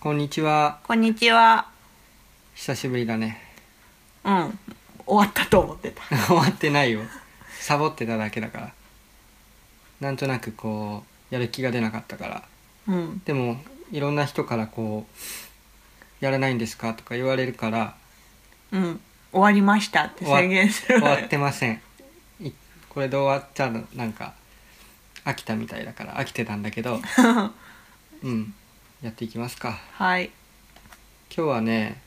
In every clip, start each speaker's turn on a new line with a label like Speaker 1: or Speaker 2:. Speaker 1: こんにちは。
Speaker 2: こんにちは。
Speaker 1: 久しぶりだね。
Speaker 2: うん。終わったと思ってた。
Speaker 1: 終わってないよ。サボってただけだから。なんとなくこう、やる気が出なかったから。
Speaker 2: うん。
Speaker 1: でも、いろんな人からこう、やらないんですかとか言われるから、
Speaker 2: うん。終わりましたって宣言する。
Speaker 1: 終わってません。 いこれで終わっちゃう、なんか、飽きたみたいだから、飽きてたんだけど、うん。やっていきますか。
Speaker 2: はい。
Speaker 1: 今日はね、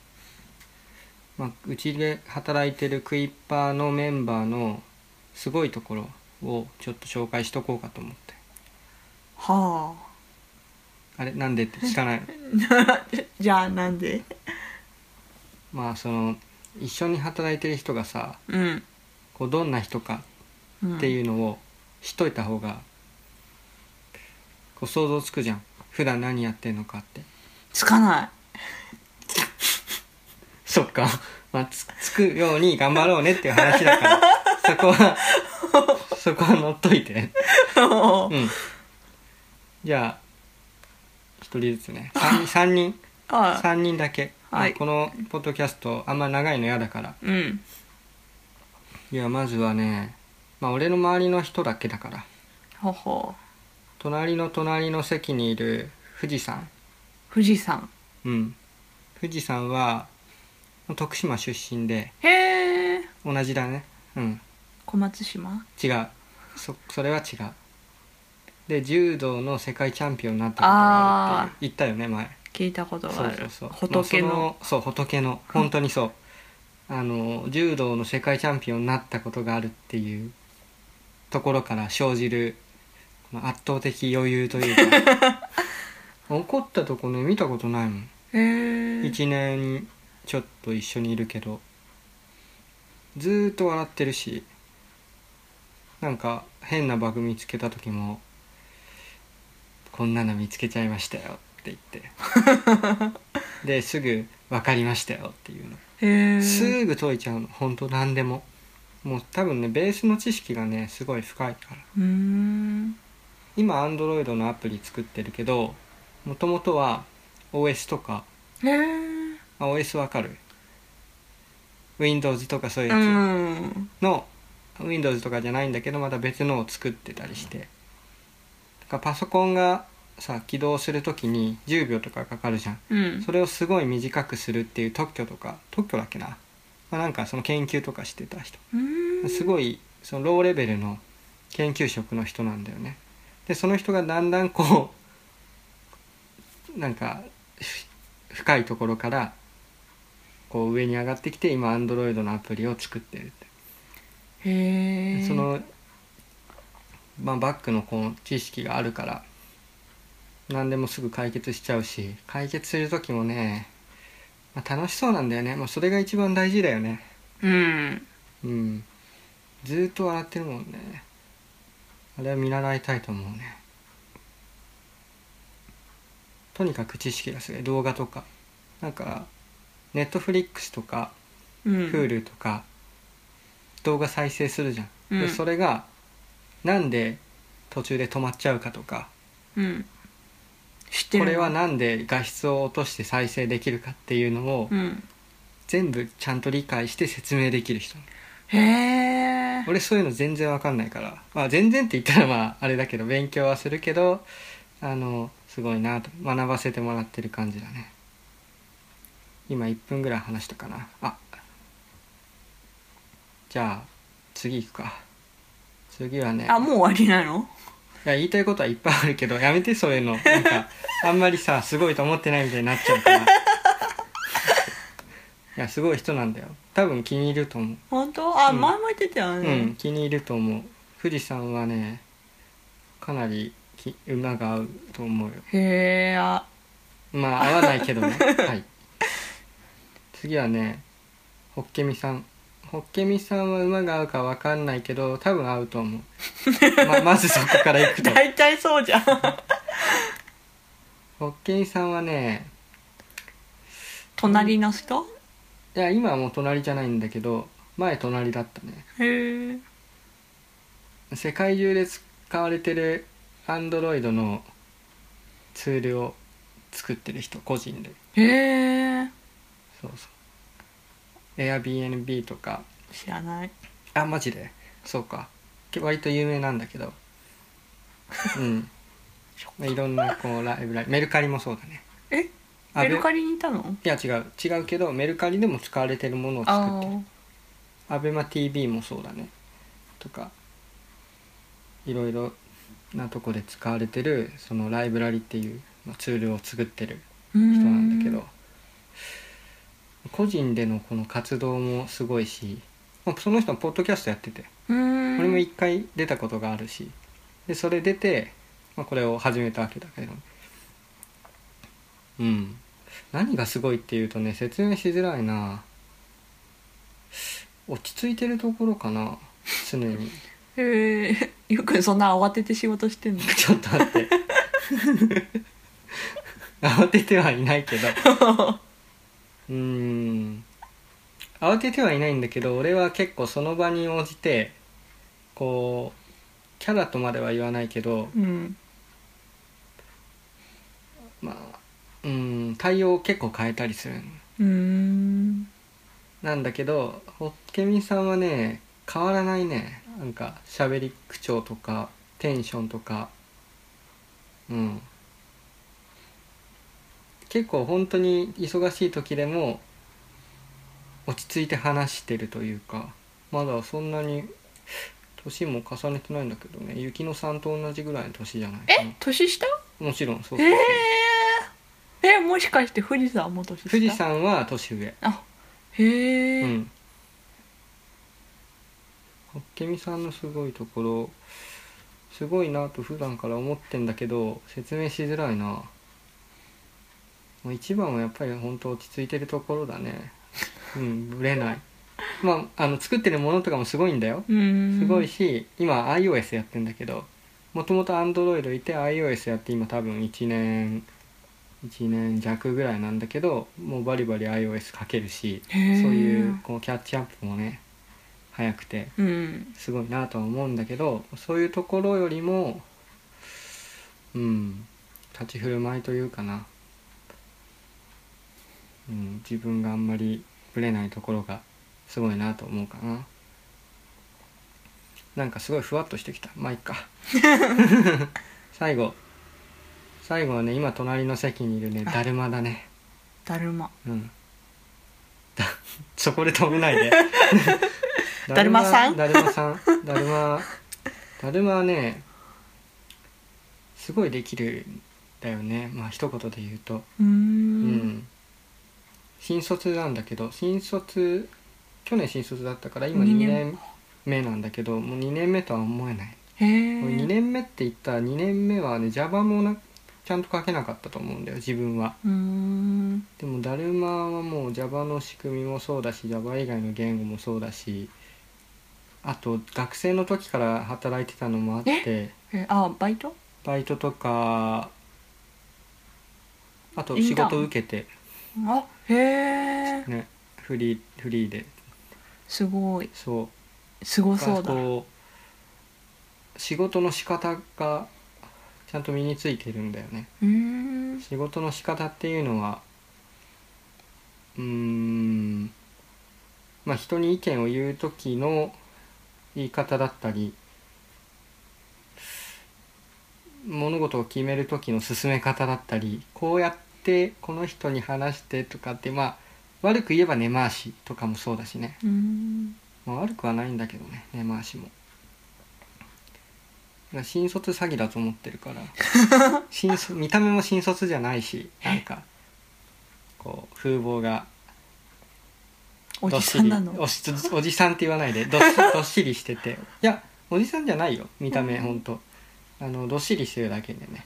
Speaker 1: まあ、うちで働いてるクイッパーのメンバーのすごいところをちょっと紹介しとこうかと思って
Speaker 2: は
Speaker 1: あれなんでって聞かない
Speaker 2: あ。 じゃあなんで
Speaker 1: まあその一緒に働いてる人がさ
Speaker 2: うん。
Speaker 1: こうどんな人か
Speaker 2: うん
Speaker 1: っていうのをしといた方がこう想像つくじゃん普段何やってんのかって
Speaker 2: つかな
Speaker 1: そっか、まあ、つつくように頑張ろうねっていう話だからそこはそこは乗っといて。
Speaker 2: い。
Speaker 1: う
Speaker 2: お
Speaker 1: ん。じゃあ、一人ずつね。三三人
Speaker 2: あ
Speaker 1: 三人だけ。
Speaker 2: はい
Speaker 1: まあこのポッドキャスト、あんま長いの嫌だから。
Speaker 2: うん。
Speaker 1: いや、まずはね、まあ俺の周りの人だけだから。
Speaker 2: ほほう。
Speaker 1: 隣の隣の席にいる富士山。
Speaker 2: 富士山。
Speaker 1: うん。富士山は、徳島出身で、
Speaker 2: へえ。
Speaker 1: 同じだね。うん。
Speaker 2: 小松島
Speaker 1: 違う。そ、それは違う。で、柔道の世界チャンピオンになったことがあるっていう言ったよね、前。
Speaker 2: 聞いたことが
Speaker 1: そ
Speaker 2: あ
Speaker 1: う
Speaker 2: る。
Speaker 1: そうそう
Speaker 2: 仏
Speaker 1: まあそ
Speaker 2: の。
Speaker 1: そう仏の本当にそう あの柔道の世界チャンピオンになったことがあるっていうところから生じるこの圧倒的余裕というか 怒ったとこね見たことないもん
Speaker 2: へえ。
Speaker 1: 1年ちょっと一緒にいるけどずーっと笑ってるしなんか変なバグ見つけた時も「こんなの見つけちゃいましたよ」って 言ってですぐ「分かりましたよ」っていうの
Speaker 2: へえ。
Speaker 1: すぐ解いちゃうの本当何でももう多分ねベースの知識がねすごい深いから
Speaker 2: うーん。
Speaker 1: 今アンドロイドのアプリ作ってるけどもともとは OS とか
Speaker 2: へえ。
Speaker 1: まあ OS わかる Windows とかそういう
Speaker 2: う
Speaker 1: や
Speaker 2: ん。
Speaker 1: つの、Windows とかじゃないんだけどまた別のを作ってたりしてだからパソコンがさ起動するときに10秒とかかかるじゃん
Speaker 2: うん。
Speaker 1: それをすごい短くするっていう特許とか特許だっけな、まあ、なんかその研究とかしてた人
Speaker 2: うーん
Speaker 1: すごいそのローレベルの研究職の人なんだよねでその人がだんだんこう なんかふ深いところからこう上に上がってきて今アンドロイドのアプリを作ってるって
Speaker 2: へえ。
Speaker 1: その、まあ、バックのこう知識があるから何でもすぐ解決しちゃうし解決する時もね、まあ、楽しそうなんだよね、まあ、それが一番大事だよね
Speaker 2: うん。
Speaker 1: うんずーっと笑ってるもんねあれは見習いたいと思うねとにかく知識がすごい動画とかなんかネットフリックスとか
Speaker 2: うん。
Speaker 1: Hulu とか動画再生するじゃん、
Speaker 2: う
Speaker 1: で
Speaker 2: ん
Speaker 1: それがなんで途中で止まっちゃうかとか
Speaker 2: うん。知って
Speaker 1: こ
Speaker 2: る。
Speaker 1: れは。なんで画質を落として再生できるかっていうのを
Speaker 2: うん。
Speaker 1: 全部ちゃんと理解して説明できる人
Speaker 2: へえ。
Speaker 1: 俺そういうの全然わかんないから、まあ、全然って言ったらまああれだけど勉強はするけどあのすごいなと学ばせてもらってる感じだね今1分ぐらい話したかなあじゃあ次行くか次はね
Speaker 2: あ、もう終わりなの
Speaker 1: いや言いたいことはいっぱいあるけどやめてそういうのなんかあんまりさすごいと思ってないみたいになっちゃうからいやすごい人なんだよ多分気に入ると思う
Speaker 2: 本当あ、
Speaker 1: うん
Speaker 2: 前も言ってたよね。
Speaker 1: うん、気に入ると思う富士山はねかなりき馬が合うと思うよ
Speaker 2: へえ、あ、
Speaker 1: まあ合わないけど ねはい次はねホッケミさんホッケミさんは馬が合うか分かんないけど多分合うと思う ままずそこからいくと
Speaker 2: 大体そう じゃん。
Speaker 1: ホッケミさんはね
Speaker 2: 隣の人
Speaker 1: いや今はもう隣じゃないんだけど前隣だったね
Speaker 2: へえ。
Speaker 1: 世界中で使われてるアンドロイドのツールを作ってる人個人で
Speaker 2: へえ
Speaker 1: そうそう Airbnb とか
Speaker 2: 知らない
Speaker 1: あマジでそうかけ割と有名なんだけ どうんまあいろんなこうライブライブメルカリもそうだね
Speaker 2: え
Speaker 1: あ
Speaker 2: メルカ
Speaker 1: リ
Speaker 2: リにいたの
Speaker 1: いや違う違うけどメルカリでも使われてるものを作
Speaker 2: あ
Speaker 1: ってる
Speaker 2: ー
Speaker 1: アベマ t v もそうだねとかいろいろなとこで使われてるそのライブラリっていう、まあ、ツールを作ってる
Speaker 2: うーん
Speaker 1: 人なんだけど個人でのこの活動もすごいしまあその人はポッドキャストやってて
Speaker 2: うーん
Speaker 1: 俺も一回出たことがあるしでそれ出て、まあ、これを始めたわけだけどうん何がすごいっていうとね説明しづらいな落ち着いてるところかな常に
Speaker 2: へ えゆうくんそんな慌てて仕事してんの
Speaker 1: ちょっと待って 慌ててはいないけど うーん慌ててはいないんだけど俺は結構その場に応じてこうキャラとまでは言わないけど
Speaker 2: うん
Speaker 1: まあうん対応を結構変えたりするの
Speaker 2: うーん
Speaker 1: なんだけどホッケミさんはね変わらないねなんか喋り口調とかテンションとかうん結構本当に忙しい時でも落ち着いて話してるというかまだそんなに年も重ねてないんだけどね雪乃さんと同じぐらいの年じゃないか
Speaker 2: え年下
Speaker 1: なもちろんそうそう
Speaker 2: え
Speaker 1: そう、
Speaker 2: ええもしかして富士山も年下
Speaker 1: 富士山は年上
Speaker 2: あへえ、
Speaker 1: うん。あっけみさんのすごいところすごいなと普段から思ってんだけど説明しづらいなもう一番はやっぱり本当落ち着いてるところだねうんぶれないまああの作ってるものとかもすごいんだよ
Speaker 2: うーん
Speaker 1: すごいし今 iOS やってんだけどもともと Android いて iOS やって今多分1年1年弱ぐらいなんだけどもうバリバリ iOS かけるし
Speaker 2: へ
Speaker 1: そう
Speaker 2: ー
Speaker 1: いうこうキャッチアップもね早くて
Speaker 2: うん
Speaker 1: すごいなとは思うんだけどそういうところよりもうん立ち振る舞いというかな、うん、自分があんまりぶれないところがすごいなと思うかななんかすごいふわっとしてきたまあいっか最後最後はね今隣の席にいるねだるまだね
Speaker 2: だるま
Speaker 1: うん。 だ、そこで止めないで。
Speaker 2: だるまさん
Speaker 1: だるまさん。だるま。だるまはね。すごいできる。だよね。まあ、一言で言うと。う
Speaker 2: うー
Speaker 1: んん。新卒なんだけど、新卒。去年新卒だったから、今
Speaker 2: 二
Speaker 1: 2
Speaker 2: 年
Speaker 1: 年目なんだけど、もう2年目とは思えない。
Speaker 2: へえ
Speaker 1: 俺2年目って言ったら、2年目はね、Java もな。ちゃんと書けなかったと思うんだよ、自分は。
Speaker 2: うーん
Speaker 1: でもだるまはもう Java の仕組みもそうだし Java 以外の言語もそうだしあと学生の時から働いてたのもあって
Speaker 2: えあバイト
Speaker 1: バイトとかあと
Speaker 2: イン
Speaker 1: 仕
Speaker 2: ターン
Speaker 1: 事受けて
Speaker 2: あへえ
Speaker 1: ねフリーフリーです
Speaker 2: ごい
Speaker 1: そう
Speaker 2: すごそうだ
Speaker 1: こう仕事の仕方がちゃんと身についてるんだよね
Speaker 2: うーん
Speaker 1: 仕事の仕方っていうのはうーんまあ人に意見を言う時の言い方だったり物事を決める時の進め方だったりこうやってこの人に話してとかってまあ悪く言えば根回しとかもそうだしね
Speaker 2: うーん
Speaker 1: まあ、悪くはないんだけどね根回しもだから新卒詐欺だと思ってるから 新卒見た目も新卒じゃないしなんかこう風貌が
Speaker 2: お
Speaker 1: どっ
Speaker 2: じ
Speaker 1: し
Speaker 2: さん
Speaker 1: り
Speaker 2: なの
Speaker 1: おしおじさんって言わないでどっし どっしりしてていやおじさんじゃないよ見た目
Speaker 2: うん
Speaker 1: ほんとあのどっしりしてるだけでね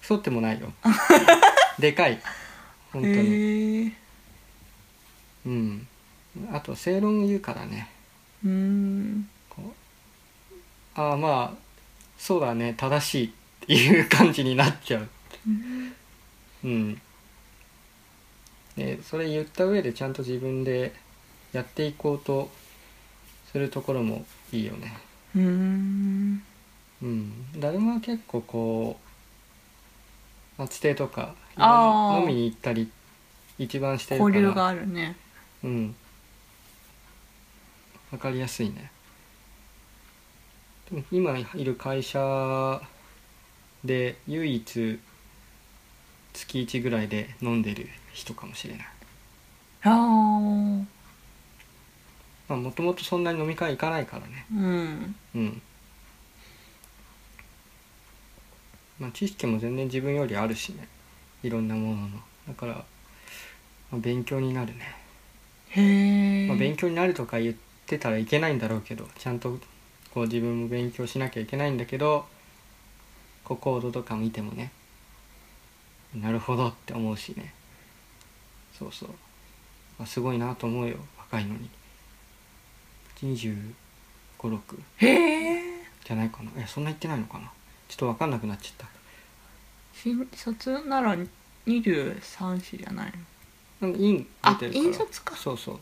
Speaker 1: 太ってもない よでかい本当に、
Speaker 2: へえ
Speaker 1: うんあと正論言うからね
Speaker 2: うーん
Speaker 1: こうああまあそうだね正しいっていう感じになっちゃう
Speaker 2: うん
Speaker 1: うんでそれ言った上でちゃんと自分でやっていこうとするところもいいよね
Speaker 2: うーん
Speaker 1: うん誰も結構こうつてとかいろん
Speaker 2: あ
Speaker 1: な
Speaker 2: ー
Speaker 1: 飲みに行ったり一番してるから
Speaker 2: 交流があるね
Speaker 1: うんわかりやすいねでも今いる会社で唯一月1ぐらいで飲んでる人かもしれない
Speaker 2: ああ
Speaker 1: まあもともとそんなに飲み会行かないからね
Speaker 2: うん
Speaker 1: うんまあ知識も全然自分よりあるしねいろんなもののだから、まあ勉強になるね
Speaker 2: へえ、
Speaker 1: まあ、勉強になるとか言ってたらいけないんだろうけどちゃんとこう自分も勉強しなきゃいけないんだけどこうコードとか見てもねなるほどって思うしねそうそう、まあ、すごいなと思うよ若いのに2 5 6
Speaker 2: へえ
Speaker 1: じゃないかなえそんな言ってないのかなちょっと分かんなくなっちゃっ
Speaker 2: 新卒なら23子じゃないの
Speaker 1: たなんか院出
Speaker 2: あ
Speaker 1: てるから
Speaker 2: 引率か
Speaker 1: そうそう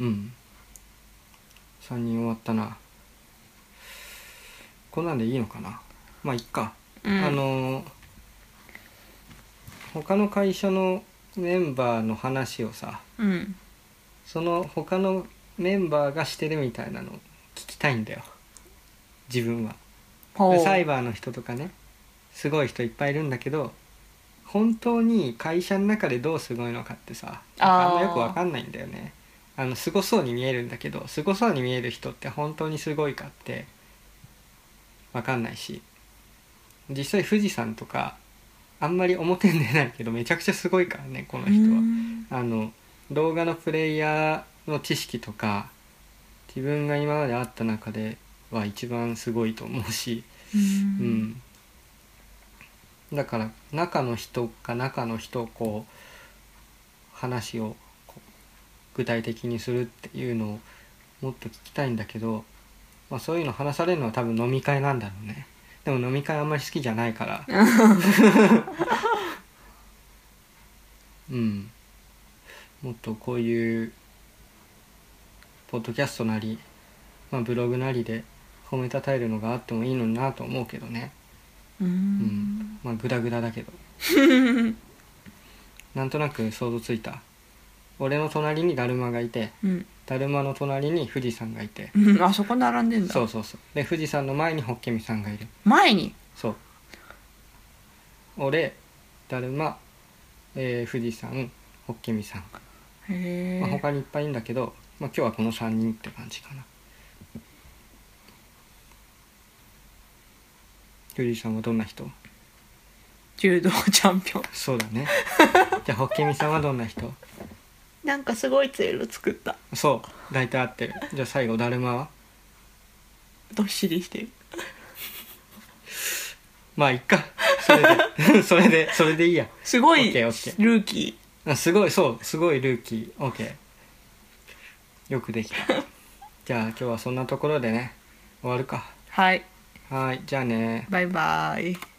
Speaker 1: うん3人終わったなこんなんでいいのかなまあいっか、
Speaker 2: うん
Speaker 1: あのー他の会社のメンバーの話をさ
Speaker 2: うん
Speaker 1: その他のメンバーがしてるみたいなの聞きたいんだよ自分は
Speaker 2: ほう
Speaker 1: サイバーの人とかねすごい人いっぱいいるんだけど本当に会社の中でどうすごいのかってさ
Speaker 2: あ
Speaker 1: あ
Speaker 2: ー
Speaker 1: んまよくわかんないんだよねあのすごそうに見えるんだけどすごそうに見える人って本当にすごいかってわかんないし実際富士山とかあんまり表に出ないけどめちゃくちゃすごいからねこの人は
Speaker 2: う。ん
Speaker 1: あの動画のプレイヤーの知識とか自分が今まであった中では一番すごいと思うし、
Speaker 2: う
Speaker 1: うんん、だから中の人か中の人をこう話をこう具体的にするっていうのをもっと聞きたいんだけど、まあ、そういうの話されるのは多分飲み会なんだろうねでも飲み会あんまり好きじゃないからうんもっとこういうポッドキャストなり、まあ、ブログなりで褒めたたえるのがあってもいいのになと思うけどね
Speaker 2: う
Speaker 1: うんんまあグダグダだ けどなんとなく想像ついた俺の隣にだるまがいて
Speaker 2: うん
Speaker 1: だるまの隣に富士山がいて
Speaker 2: うんあそこ並んでんだ
Speaker 1: そうそうそうで富士山の前にホッケミさんがいる
Speaker 2: 前に
Speaker 1: そう俺だるま、えー富士山ホッケミさん
Speaker 2: へえ、
Speaker 1: まあ、他にいっぱいいるんだけど、まあ、今日はこの3人って感じかなゆりさんはどんな人
Speaker 2: 柔道チャンピオン
Speaker 1: そうだね じゃあホッケミさんはどんな人
Speaker 2: なんかすごいツール作った
Speaker 1: そう大体合ってるじゃあ最後だるまは
Speaker 2: どっしりしてる
Speaker 1: まあいっかそれで それでそれでいいや
Speaker 2: すご
Speaker 1: オッ
Speaker 2: い
Speaker 1: ケー
Speaker 2: ル
Speaker 1: オッ
Speaker 2: ーキ
Speaker 1: あすごいそうすごいルーキー OK よくできたじゃあ今日はそんなところでね終わるか
Speaker 2: ーはい
Speaker 1: はいじゃあね
Speaker 2: バイバイ